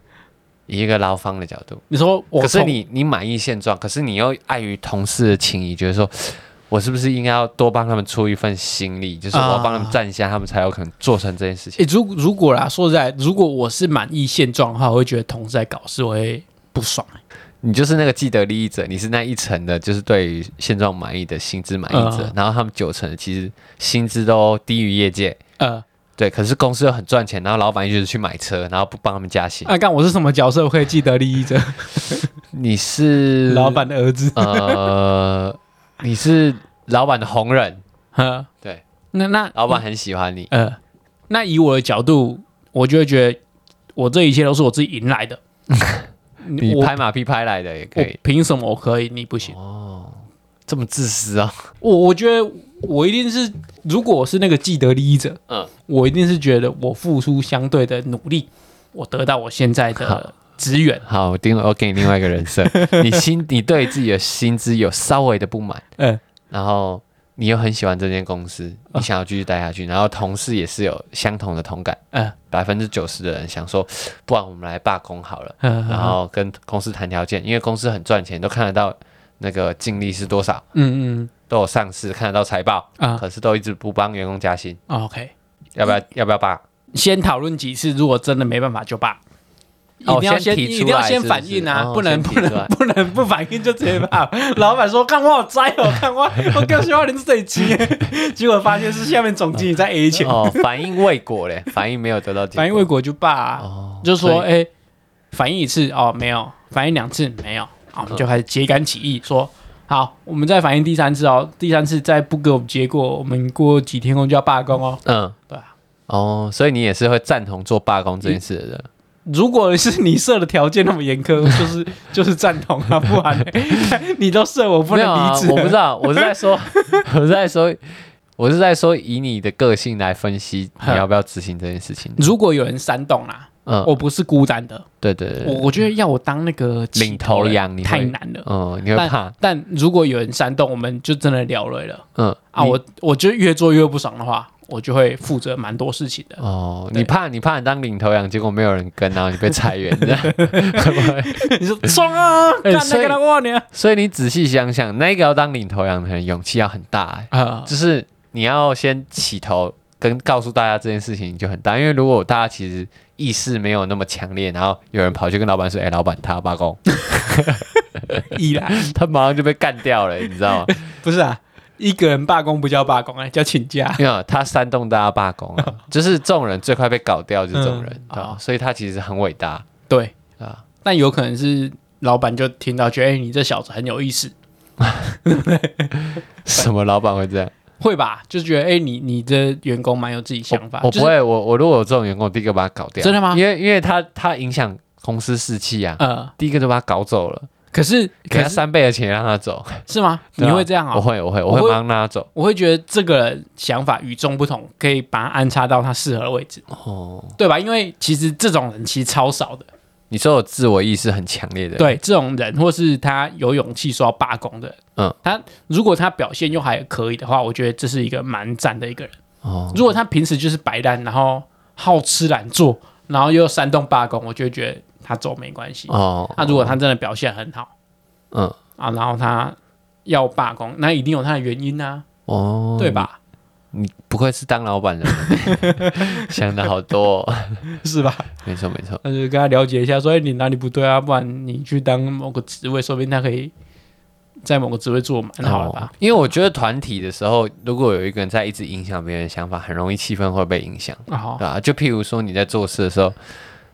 Speaker 2: 以一个劳方的角度，
Speaker 3: 你说我
Speaker 2: 可是
Speaker 3: 同
Speaker 2: 你你满意现状，可是你又碍于同事的情谊，觉得说 我是不是应该要多帮他们出一份心力，就是我要帮他们站一下，他们才有可能做成这件事情。
Speaker 3: 诶，如如果啦，说实在，如果我是满意现状的话，我会觉得同事在搞事，我会不爽、欸。
Speaker 2: 你就是那个既得利益者，你是那一层的，就是对于现状满意的薪资满意者，
Speaker 3: 嗯
Speaker 2: 然后他们九成的其实薪资都低于业界。
Speaker 3: 呃，
Speaker 2: 对，可是公司又很赚钱，然后老板一直去买车，然后不帮他们加薪。
Speaker 3: 啊，干我是什么角色？我可以既得利益者，
Speaker 2: 你是
Speaker 3: 老板的儿子。
Speaker 2: 呃， 你是老板的红人，
Speaker 3: 呃，
Speaker 2: 对，
Speaker 3: 那那
Speaker 2: 老板很喜欢你，
Speaker 3: 呃，那以我的角度，我就会觉得我这一切都是我自己赢来 的。
Speaker 2: 你
Speaker 3: 我
Speaker 2: 拍哦马屁拍来的也可
Speaker 3: 我
Speaker 2: 以。
Speaker 3: 凭什么我可以，你不行？
Speaker 2: 这么自私啊！
Speaker 3: 我我觉得我一定是，如果我是那个既得利益者，
Speaker 2: 嗯，
Speaker 3: 我一定是觉得我付出相对的努力，我得到我现在的资源。
Speaker 2: 好，我另我给你另外一个人 设，你薪你对自己的薪资有稍微的不满，
Speaker 3: 嗯、
Speaker 2: 然后你又很喜欢这间公司，
Speaker 3: 啊
Speaker 2: 你想要继续待下去，然后同事也是有相同的同感，
Speaker 3: 嗯
Speaker 2: 百分之九十的人想说，不然我们来罢工好了，
Speaker 3: 嗯
Speaker 2: 然后跟公司谈条件，因为公司很赚钱，都看得到那个净利是多少，
Speaker 3: 嗯
Speaker 2: 都有上市，看得到财报，
Speaker 3: 嗯啊嗯
Speaker 2: 可是都一直不帮员工加薪，
Speaker 3: 哦，OK。
Speaker 2: 要不要要不要 罢？
Speaker 3: 先讨论几次，如果真的没办法就罢。
Speaker 2: 哦
Speaker 3: 一定要
Speaker 2: 先提
Speaker 3: 一
Speaker 2: 出
Speaker 3: 定要
Speaker 2: 来
Speaker 3: 先
Speaker 2: 是不
Speaker 3: 反应啊，
Speaker 2: 是哦
Speaker 3: 不能
Speaker 2: 先提
Speaker 3: 不
Speaker 2: 出来
Speaker 3: 能 不能不反应就直接罢。老板说：“看我好栽哦，看我 我更希望你是这一期。” 结果发现是下面总经理在 A 钱，
Speaker 2: 哦，反应未果嘞，反应没有得到结
Speaker 3: 反应
Speaker 2: 果
Speaker 3: 未果就罢啊，
Speaker 2: 哦
Speaker 3: 就说：“
Speaker 2: 所以
Speaker 3: 哎，反应一次哦没有，反应两次没有，好，我们就开始揭竿起义，说好，我们再反应第三次哦，第三次再不给我们结果，我们过几天我们就要罢工哦。”
Speaker 2: 嗯，
Speaker 3: 对啊，
Speaker 2: 哦，所以你也是会赞同做罢工这件事的人。
Speaker 3: 如果是你设的条件那么严苛， 就是就是赞同啊，不然 嘞你都设我不
Speaker 2: 没有
Speaker 3: 能
Speaker 2: 啊
Speaker 3: 离职、
Speaker 2: 我不知道，我是在说， 我是在说，我是在说，以你的个性来分析，你要不要执行这件事情？
Speaker 3: 如果有人煽动啦、
Speaker 2: 嗯，
Speaker 3: 嗯我不是孤单的，
Speaker 2: 对对对
Speaker 3: 我
Speaker 2: 对，
Speaker 3: 我觉得要我当那个起
Speaker 2: 领头
Speaker 3: 人
Speaker 2: 羊你会
Speaker 3: 太难了。
Speaker 2: 嗯，你会怕
Speaker 3: 但，但如果有人煽动，我们就真的聊累了
Speaker 2: 嗯
Speaker 3: 啊！
Speaker 2: 你
Speaker 3: 我我就越做越不爽的话，我就会负责蛮多事情 的。
Speaker 2: 哦，
Speaker 3: 对
Speaker 2: 你怕你怕你当领头羊，结果没有人跟，然后你被裁员， 这样会不会？
Speaker 3: 你说爽啊，
Speaker 2: 哎
Speaker 3: 干那
Speaker 2: 所以
Speaker 3: 个我你啊
Speaker 2: 所以你仔细想想，那个要当领头羊的人，勇气要很大、欸，
Speaker 3: 啊
Speaker 2: 就是你要先起头跟告诉大家这件事情就很大，因为如果大家其实意识没有那么强烈，然后有人跑去跟老板说：“哎、老板，他要罢 工。
Speaker 3: 依然”
Speaker 2: 他马上就被干掉了，你知道吗？
Speaker 3: 不是啊，一个人罢工不叫罢工哎、叫请假。
Speaker 2: 因为他煽动大家罢工啊，就是这种人最快被搞掉，就是这种人
Speaker 3: 嗯，
Speaker 2: 对吧
Speaker 3: 哦
Speaker 2: 所以他其实很伟 大
Speaker 3: 对，
Speaker 2: 啊。
Speaker 3: 但有可能是老板就听到觉得，哎、你这小子很有意思，
Speaker 2: 什么老板会这样？
Speaker 3: 会吧？就是觉得，哎、你你的员工蛮有自己想法，
Speaker 2: 我
Speaker 3: 就
Speaker 2: 不
Speaker 3: 是，
Speaker 2: 会，啊我我如果有这种员工，我第一个把他搞掉。
Speaker 3: 真的吗
Speaker 2: 因为因为他他影响公司士气啊，
Speaker 3: 呃，
Speaker 2: 第一个就把他搞走了，
Speaker 3: 可是
Speaker 2: 给
Speaker 3: 可
Speaker 2: 他
Speaker 3: 是
Speaker 2: 三倍的钱让他走。
Speaker 3: 是吗？
Speaker 2: 对
Speaker 3: 你
Speaker 2: 啊
Speaker 3: 会这样啊、
Speaker 2: 我会我会
Speaker 3: 我
Speaker 2: 我会
Speaker 3: 会
Speaker 2: 马上让他走。
Speaker 3: 我会觉得这个人想法与众不同，可以把它安插到他适合的位置，
Speaker 2: 哦，
Speaker 3: 对吧？因为其实这种人其实超少的，
Speaker 2: 你说有自我意识很强烈的，，
Speaker 3: 对这种人，或是他有勇气说要罢工的，
Speaker 2: 嗯，
Speaker 3: 他如果他表现又还可以的话，我觉得这是一个蛮赞的一个人。
Speaker 2: 哦，
Speaker 3: 如果他平时就是白烂，然后好吃懒做，然后又煽动罢工，我就会觉得他走没关系。
Speaker 2: 哦，
Speaker 3: 那、如果他真的表现很好
Speaker 2: 嗯，
Speaker 3: 啊，然后他要罢工，那一定有他的原因啊，
Speaker 2: 哦，
Speaker 3: 对？ 吧？
Speaker 2: 你不愧是当老板的人， 想的好多、哦，
Speaker 3: 是吧？
Speaker 2: 没错没错，
Speaker 3: 那就跟他了解一下，说哎你哪里不对啊？不然你去当某个职位，说不定他可以在某个职位做蛮好的吧
Speaker 2: 哦？因为我觉得团体的时候，如果有一个人在一直影响别人的想法，很容易气氛会被影响，
Speaker 3: 然后
Speaker 2: 对吧、就譬如说你在做事的时候，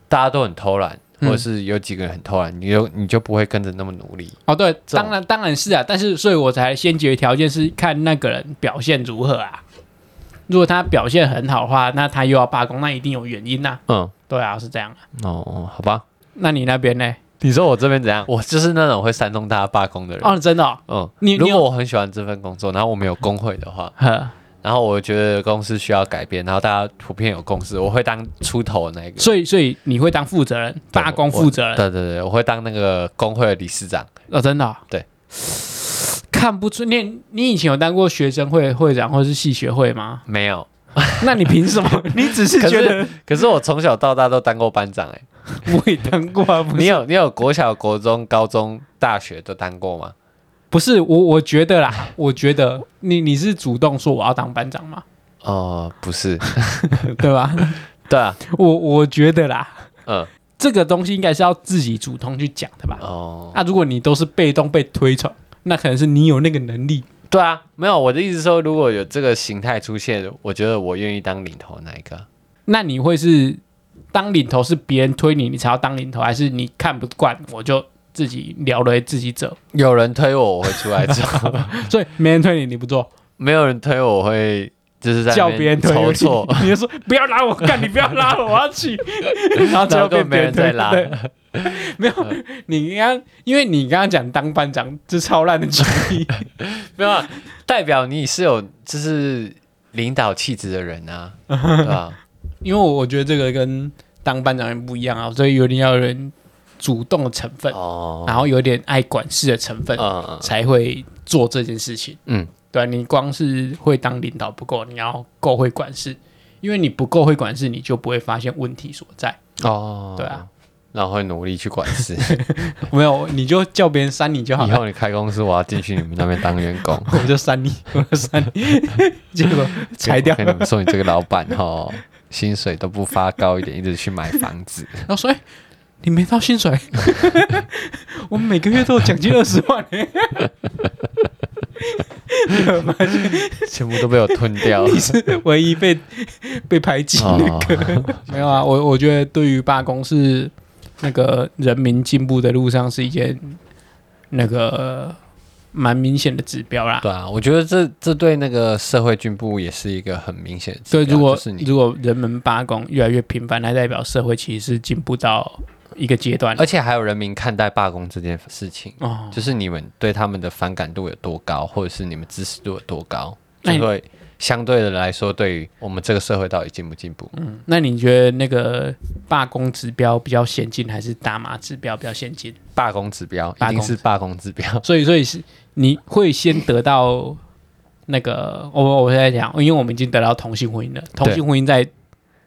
Speaker 2: 大家都很偷懒，
Speaker 3: 嗯
Speaker 2: 或者是有几个人很偷懒，你就你就不会跟着那么努力。
Speaker 3: 哦，对，
Speaker 2: 这种
Speaker 3: 当然当然是啊，但是所以我才先决条件是看那个人表现如何啊。如果他表现很好的话，那他又要罢工，那一定有原因呐、
Speaker 2: 嗯，
Speaker 3: 对啊，是这样啊。
Speaker 2: 哦，好吧。
Speaker 3: 那你那边呢？
Speaker 2: 你说我这边怎样？我就是那种会煽动大家罢工的人。
Speaker 3: 哦，真的、哦，
Speaker 2: 嗯，
Speaker 3: 你
Speaker 2: 如
Speaker 3: 你有
Speaker 2: 果我很喜欢这份工作，然后我们有工会的话，
Speaker 3: 呵，
Speaker 2: 然后我觉得公司需要改变，然后大家普遍有共识，我会当出头的那一个。
Speaker 3: 所以所以你会当负责人，
Speaker 2: 对
Speaker 3: 罢工负责人，
Speaker 2: 对对对，我会当那个工会的理事长。
Speaker 3: 哦，真的、哦，
Speaker 2: 对，
Speaker 3: 看不出你你以前有当过学生会会长或是系学会 吗？
Speaker 2: 没有。
Speaker 3: 那你凭什 么？你只是
Speaker 2: 可
Speaker 3: 觉得
Speaker 2: 是可是我从小到大都当过班长哎、
Speaker 3: 我也当过啊？不
Speaker 2: 你
Speaker 3: 是
Speaker 2: 有你有国小、国中、高中、大学都当过吗？
Speaker 3: 不是我，我觉得啦，我觉得你你是主动说我要当班长嘛，
Speaker 2: 哦、不是，
Speaker 3: 对吧？
Speaker 2: 对啊，
Speaker 3: 我我觉得啦，
Speaker 2: 嗯，
Speaker 3: 这个东西应该是要自己主动去讲的吧？
Speaker 2: 哦，
Speaker 3: 那、如果你都是被动被推崇，那可能是你有那个能力。
Speaker 2: 对啊，没有，我的意思是说，如果有这个形态出现，我觉得我愿意当领头那一个。
Speaker 3: 那你会是当领头是别人推你，你才要当领头，还是你看不惯我就自己聊了自己走？
Speaker 2: 有人推我，我会出来做；
Speaker 3: 所以没人推你，你不做，
Speaker 2: 没有人推我，我会就是在那
Speaker 3: 叫
Speaker 2: 边
Speaker 3: 别人推
Speaker 2: 筹
Speaker 3: 你
Speaker 2: 措，
Speaker 3: ，你就说不要拉我，干你不要拉我，我要去，然后最
Speaker 2: 然
Speaker 3: 后
Speaker 2: 后
Speaker 3: 被
Speaker 2: 根本
Speaker 3: 别
Speaker 2: 没人
Speaker 3: 人推
Speaker 2: 在拉。
Speaker 3: 对没有， 你刚刚因为你刚刚讲当班长这超烂的主意，
Speaker 2: 没有啊，代表你是有就是领导气质的人啊，对吧？
Speaker 3: 因为我觉得这个跟当班长也不一样啊，所以有点要有人主动的成分，
Speaker 2: 哦，
Speaker 3: 然后有点爱管事的成分，
Speaker 2: 嗯嗯
Speaker 3: 才会做这件事情。
Speaker 2: 嗯，
Speaker 3: 对啊、你光是会当领导不够，你要够会管事，因为你不够会管事，你就不会发现问题所在。
Speaker 2: 哦，
Speaker 3: 对啊，
Speaker 2: 然后会努力去管 事。
Speaker 3: 没有，你就叫别人删你就好
Speaker 2: 以
Speaker 3: 了，
Speaker 2: 后你开公司，我要进去你们那边当员 工，
Speaker 3: 我就删你，我就删 你，结果裁掉
Speaker 2: 我跟你们说，你这个老板哦，薪水都不发高一点，一直去买房子，
Speaker 3: 然后说：“哎、你没到薪水， 我每个月都有奖金二十 万、欸。
Speaker 2: 全部都被我吞 掉了。
Speaker 3: 你是唯一被被排挤的、
Speaker 2: 哦，
Speaker 3: 没有啊，我我觉得对于罢工是那个人民进步的路上是一件那个蛮明显的指标啦。
Speaker 2: 对啊，我觉得这这对那个社会进步也是一个很明显的指
Speaker 3: 所
Speaker 2: 标。
Speaker 3: 以如果、
Speaker 2: 就是你
Speaker 3: 如果人们罢工越来越频繁，那代表社会其实是进步到一个阶段。
Speaker 2: 而且还有人民看待罢工这件事情，
Speaker 3: 哦，
Speaker 2: 就是你们对他们的反感度有多高，或者是你们支持度有多高，
Speaker 3: 那
Speaker 2: 就
Speaker 3: 你
Speaker 2: 会相对的来说，对于我们这个社会到底进不进步，
Speaker 3: 那你觉得那个罢工指标比较先进，还是大麻指标比较先进？
Speaker 2: 罢工指标一
Speaker 3: 罢
Speaker 2: 定
Speaker 3: 工
Speaker 2: 是罢工指标。
Speaker 3: 所以，所以 是你会先得到那个，我我现在讲，因为我们已经得到同性婚姻了，同性婚姻在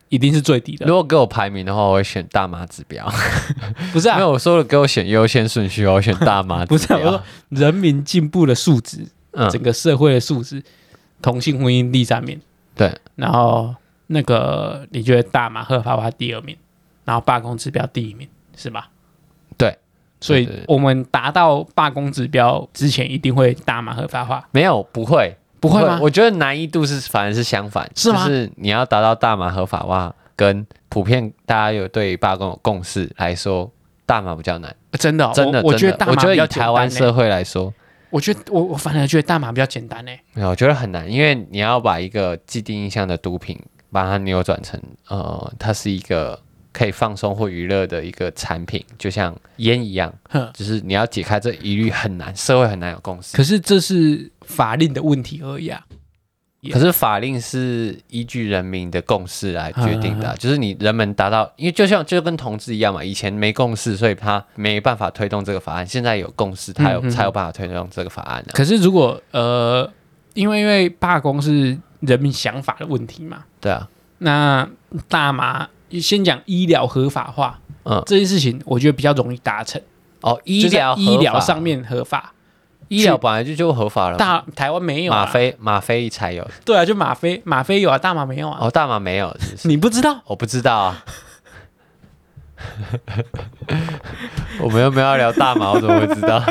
Speaker 3: 一定是最低的
Speaker 2: 如，果给我排名的话，我会选大麻指标。
Speaker 3: 不是
Speaker 2: 没
Speaker 3: 啊？
Speaker 2: 有，我说了给我选优先顺序，我选大麻
Speaker 3: 不
Speaker 2: 指
Speaker 3: 是、啊，我说
Speaker 2: 标。
Speaker 3: 人民进步的素质，
Speaker 2: 嗯，
Speaker 3: 整个社会的素质，同性婚姻第三名，
Speaker 2: 对，
Speaker 3: 然后那个你觉得大麻合法化第二名，然后罢工指标第一名，是吧？
Speaker 2: 对，
Speaker 3: 所以
Speaker 2: 对对对
Speaker 3: 我们达到罢工指标之前，一定会大麻合法化，
Speaker 2: 没有不会
Speaker 3: 不会吗？
Speaker 2: 我觉得难易度是反而是相反，
Speaker 3: 是吗
Speaker 2: 就是你要达到大麻合法化跟普遍大家有对罢工有共识来说，大麻比较难，
Speaker 3: 真的哦、
Speaker 2: 真的，
Speaker 3: 我我觉
Speaker 2: 真
Speaker 3: 得大
Speaker 2: 的
Speaker 3: 麻
Speaker 2: 我觉得
Speaker 3: 比较
Speaker 2: 以
Speaker 3: 简单
Speaker 2: 台湾
Speaker 3: 欸
Speaker 2: 社会来说，
Speaker 3: 我觉得我我反而觉得大麻比较简单欸呢、
Speaker 2: 没有，我觉得很难，因为你要把一个既定印象的毒品，把它扭转成呃，它是一个可以放松或娱乐的一个产品，就像烟一样
Speaker 3: 哼，
Speaker 2: 就是你要解开这疑虑很难，社会很难有共识。
Speaker 3: 可是这是法令的问题而已啊。也
Speaker 2: 可是法令是依据人民的共识来决定
Speaker 3: 嗯
Speaker 2: 的啊、就是你人们达到，因为就像就跟同志一样嘛，以前没共识，所以他没办法推动这个法案，现在有共识，他有、
Speaker 3: 嗯嗯嗯
Speaker 2: 才有办法推动这个法案啊。
Speaker 3: 可是如果呃，因为因为罢工是人民想法的问题嘛，
Speaker 2: 对啊，
Speaker 3: 那大麻先讲医疗合法化，
Speaker 2: 嗯
Speaker 3: 这件事情我觉得比较容易达成，
Speaker 2: 哦，医疗
Speaker 3: 就在医
Speaker 2: 合
Speaker 3: 疗
Speaker 2: 法
Speaker 3: 上，面合法，
Speaker 2: 医疗本来就就合法了嘛，
Speaker 3: 大台湾没有、啊、
Speaker 2: 吗啡吗啡才有
Speaker 3: 对啊，就吗啡吗啡有啊，大麻没有啊，
Speaker 2: 哦，大麻没有，是不是
Speaker 3: 你不知道。
Speaker 2: 我不知道啊。 我们又没有要聊大麻，我怎么会知道？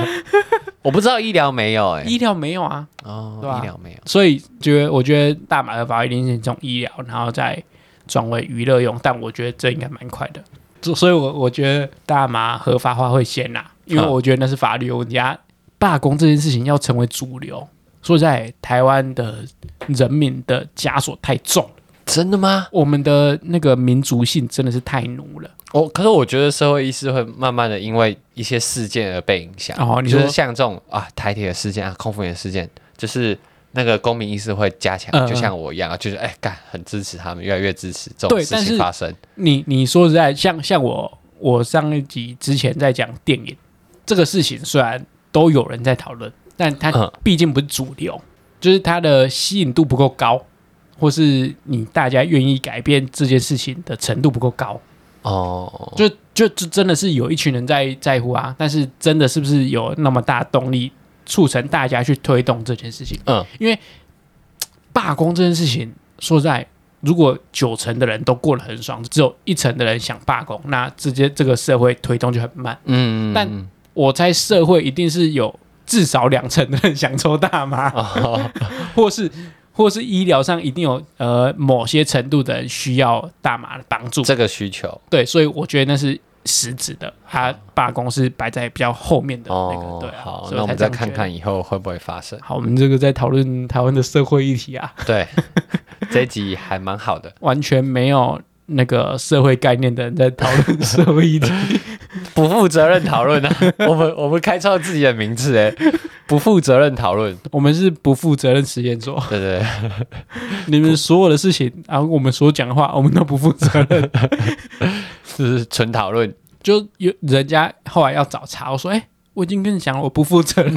Speaker 2: 我不知道医疗没有哎、
Speaker 3: 医疗没有啊，
Speaker 2: 哦，
Speaker 3: 对啊
Speaker 2: 医疗没有，
Speaker 3: 所以觉得我觉得大麻合法一定是从医疗，然后再转为娱乐用，但我觉得这应该蛮快的。所所以我，我觉得大麻合法化会先啦、因为
Speaker 2: 嗯
Speaker 3: 我觉得那是法律问题啊。罢工这件事情要成为主流，说实在台湾的人民的枷锁太重了，
Speaker 2: 真的吗？
Speaker 3: 我们的那个民族性真的是太奴了。
Speaker 2: 我可是我觉得社会意识会慢慢的因为一些事件而被影响。
Speaker 3: 哦你
Speaker 2: 就
Speaker 3: 说
Speaker 2: 是像这种啊台铁的事件啊空服员的事件，就是那个公民意识会加强，
Speaker 3: 嗯嗯
Speaker 2: 就像我一样，就是哎干很支持他们，越来越支持这种
Speaker 3: 对
Speaker 2: 事
Speaker 3: 但
Speaker 2: 情
Speaker 3: 是
Speaker 2: 发生。
Speaker 3: 你你说实在，像像我我上一集之前在讲电影这个事情，虽然都有人在讨论，但它
Speaker 2: 嗯
Speaker 3: 毕竟不是主流，就是它的吸引度不够高，或是你大家愿意改变这件事情的程度不够高。
Speaker 2: 哦，
Speaker 3: 就就就真的是有一群人在在乎啊，但是真的是不是有那么大动力促成大家去推动这件事情？
Speaker 2: 嗯，
Speaker 3: 因为嘖罢工这件事情，说实在，如果九成的人都过得很爽，只有一成的人想罢工，那直接这个社会推动就很慢。
Speaker 2: 嗯，
Speaker 3: 但我猜社会一定是有至少两成的人想 抽大麻，
Speaker 2: 哦，
Speaker 3: 或是。或是医疗上一定有呃某些程度的人需要大麻的帮助，
Speaker 2: 这个需求
Speaker 3: 对，所以我觉得那是实质的，他罢工是摆在比较后面的那个，
Speaker 2: 哦
Speaker 3: 对、，啊。
Speaker 2: 好，
Speaker 3: 所以
Speaker 2: 那我
Speaker 3: 才
Speaker 2: 们
Speaker 3: 这
Speaker 2: 再
Speaker 3: 样
Speaker 2: 看
Speaker 3: 觉得
Speaker 2: 看。以后会不会发 生。
Speaker 3: 好，我们这个在讨论台湾的社会议题啊，
Speaker 2: 对，这一集还蛮好的，
Speaker 3: 完全没有那个社会概念的人在讨论社会 议题。
Speaker 2: 不负责任讨论啊！ 我们我们开创自己的名字哎，不负责任讨论，
Speaker 3: 我们是不负责任实验所，
Speaker 2: 对对对，
Speaker 3: 你们所有的事情啊，我们所讲的话，我们都不负责 任。
Speaker 2: 就是纯讨论。
Speaker 3: 就有人家后来要找茬，我说，哎、我已经跟你讲了，我不负责 任，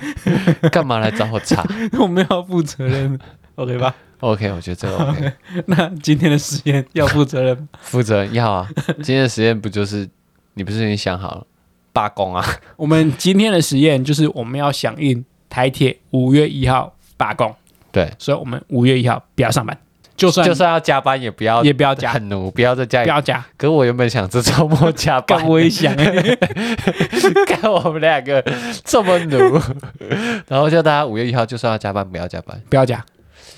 Speaker 2: 干嘛来找我查
Speaker 3: 我没有负责任，OK 吧？
Speaker 2: ？OK，我觉得 这个 OK，
Speaker 3: 那今天的实验要负责 任吗
Speaker 2: 负责任要啊。今天的实验不就是你不是已经想好了罢工啊？
Speaker 3: 我们今天的实验就是我们要响应台铁五月一号罢工，
Speaker 2: 对，
Speaker 3: 所以我们五月一号不要上班，就算
Speaker 2: 就算要加班也不要
Speaker 3: 也不要加，
Speaker 2: 很奴，不要在家
Speaker 3: 不
Speaker 2: 里。
Speaker 3: 要加，
Speaker 2: 可我原本想这周末加班
Speaker 3: 干，我也想、欸，
Speaker 2: 看我们两个这么努， 然后叫大家五月一号就算要加班，不要加班，
Speaker 3: 不要加，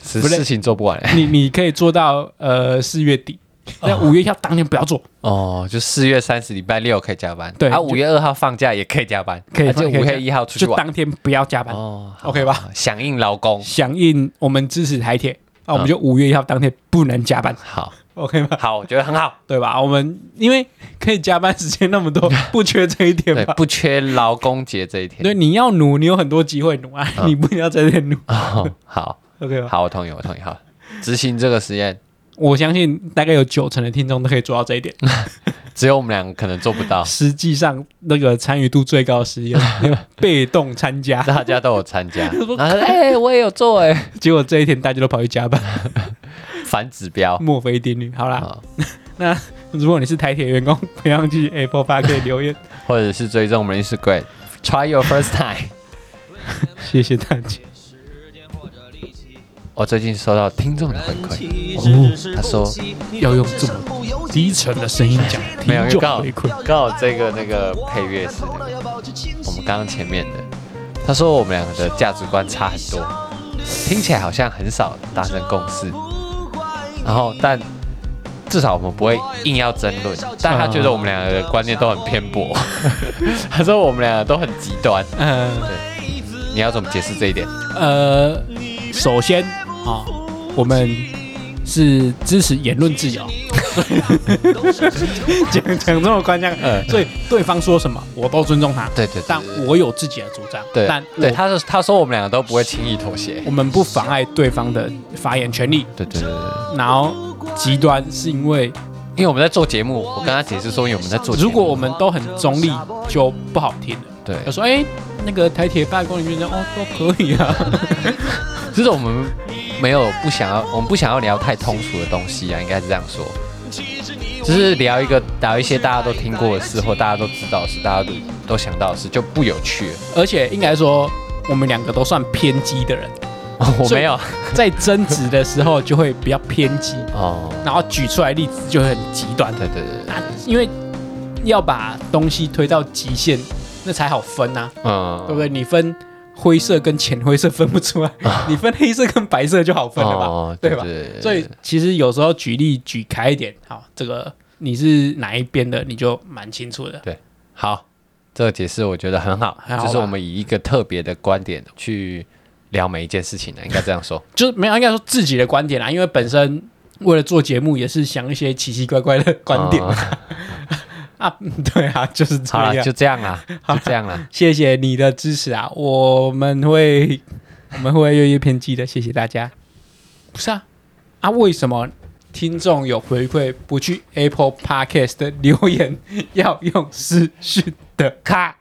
Speaker 2: 事
Speaker 3: 不是
Speaker 2: 事情做 不完、欸、
Speaker 3: 你你可以做到呃四月底，那五月一号当天不要做，
Speaker 2: 哦。就四月三十礼拜六可以加班，
Speaker 3: 对
Speaker 2: 啊，
Speaker 3: 就
Speaker 2: 五月二号放假也可以加班，
Speaker 3: 可以
Speaker 2: 啊
Speaker 3: 放
Speaker 2: 就
Speaker 3: 可以
Speaker 2: 五
Speaker 3: 加
Speaker 2: 月一号出去
Speaker 3: 就
Speaker 2: 玩
Speaker 3: 当天不要加班，
Speaker 2: 哦好
Speaker 3: OK 吧
Speaker 2: 好响应劳工，
Speaker 3: 响应我们支持台铁。啊，我们
Speaker 2: 嗯
Speaker 3: 就五月一号当天不能加班
Speaker 2: 好
Speaker 3: ，OK 吗？
Speaker 2: 好，我觉得很好，
Speaker 3: 对吧？我们因为可以加班时间那么 多，不缺这一天
Speaker 2: 对，
Speaker 3: 吧？
Speaker 2: 不缺劳工节这一天。
Speaker 3: 对，你要努，你有很多机会努啊，
Speaker 2: 嗯
Speaker 3: 你不要在这边努
Speaker 2: 哦，好
Speaker 3: ，OK 吧？
Speaker 2: 好，我同意，我同意，好，执行这个实验，
Speaker 3: 我相信大概有九成的听众都可以做到这一点。，
Speaker 2: 只有我们两个可能做不 到
Speaker 3: 实际上，那个参与度最高的实 验，被动参加，
Speaker 2: 大家都有参加，然后
Speaker 3: 说
Speaker 2: 说哎、我也有做哎、
Speaker 3: 结果这一天大家都跑去加 班，
Speaker 2: 反指标。
Speaker 3: 墨菲定律。好啦，
Speaker 2: 啊，
Speaker 3: 如果你是台铁员工，不要去 Apple Park 可以留 言，
Speaker 2: 或者是追踪我们的 Instagram，try your first time。
Speaker 3: 谢谢大家。
Speaker 1: 时间或者力气
Speaker 2: 我最近收到听众的回
Speaker 1: 人
Speaker 2: 馈，
Speaker 1: 其实是
Speaker 2: 他说
Speaker 1: 不弃你
Speaker 3: 要用
Speaker 1: 总
Speaker 3: 这
Speaker 1: 是身不由己
Speaker 3: 低沉的声音讲听
Speaker 2: 没有
Speaker 3: 众
Speaker 2: 刚好
Speaker 3: 回馈，
Speaker 2: 刚好这个那个配乐是那个我们刚刚前面的，他说我们两个的价值观差很多，听起来好像很少达成共识，然后但至少我们不会硬要争论，但他觉得我们两个的观念都很偏颇，他说我们两个都很极 端，
Speaker 3: 呃
Speaker 2: 你要怎么解释这一 点？
Speaker 3: 呃，首先啊、我们是支持言论自 由，讲讲这么官腔，
Speaker 2: 嗯
Speaker 3: 所以对方说什么我都尊重他，
Speaker 2: 对对对
Speaker 3: 但
Speaker 2: 对
Speaker 3: 我有自己的主张，
Speaker 2: 对
Speaker 3: 但
Speaker 2: 对，
Speaker 3: 我
Speaker 2: 他说他说我们两个都不会轻易妥协
Speaker 3: 我，们不妨碍对方的发言权利。
Speaker 2: 对对对对。
Speaker 3: 然后极端是因为
Speaker 2: 因为我们在做节目，我跟他解释说，因为我们在做节目。
Speaker 3: 如果我们都很中立，就不好听了。
Speaker 2: 对，
Speaker 3: 他说：“哎、那个台铁罢工，你觉得哦都可以啊。
Speaker 2: 就是我们没有不想要，我们不想要聊太通俗的东西啊，应该是这样说，就是聊一个聊一些大家都听过的事或大家都知道的事，大家都都想到的事就不有趣了。”
Speaker 3: 而且应该说，我们两个都算偏激的人，
Speaker 2: 我没有
Speaker 3: 在争执的时候就会比较偏激，
Speaker 2: 哦，
Speaker 3: 然后举出来例子就会很极端的。
Speaker 2: 对对对，对
Speaker 3: 啊，因为要把东西推到极限，那才好分呐、啊，
Speaker 2: 嗯，
Speaker 3: 对不对？你分灰色跟浅灰色分不出来，你分黑色跟白色就好分了吧？
Speaker 2: 啊哦，
Speaker 3: 对
Speaker 2: 对
Speaker 3: 吧
Speaker 2: 对
Speaker 3: 所以其实有时候举例举开一点，好，这个你是哪一边的，你就蛮清楚的。
Speaker 2: 好，这个解释我觉得很好
Speaker 3: 还，好吧
Speaker 2: 就是我们以一个特别的观点去聊每一件事情的，应该这样说。
Speaker 3: 就是没有应该说自己的观点啦，因为本身为了做节目也是想一些奇奇怪怪的观点、
Speaker 2: 嗯
Speaker 3: 啊， 对啊，就是这
Speaker 2: 好了，
Speaker 3: 样
Speaker 2: 就。这样啦， 就这样啦。
Speaker 3: 谢谢你的支持啊，我们会我们会越来越偏激的，谢谢大家。不是啊，啊，为什么听众有回馈不去 Apple Podcast 的留言，要用私讯的？
Speaker 2: 咔，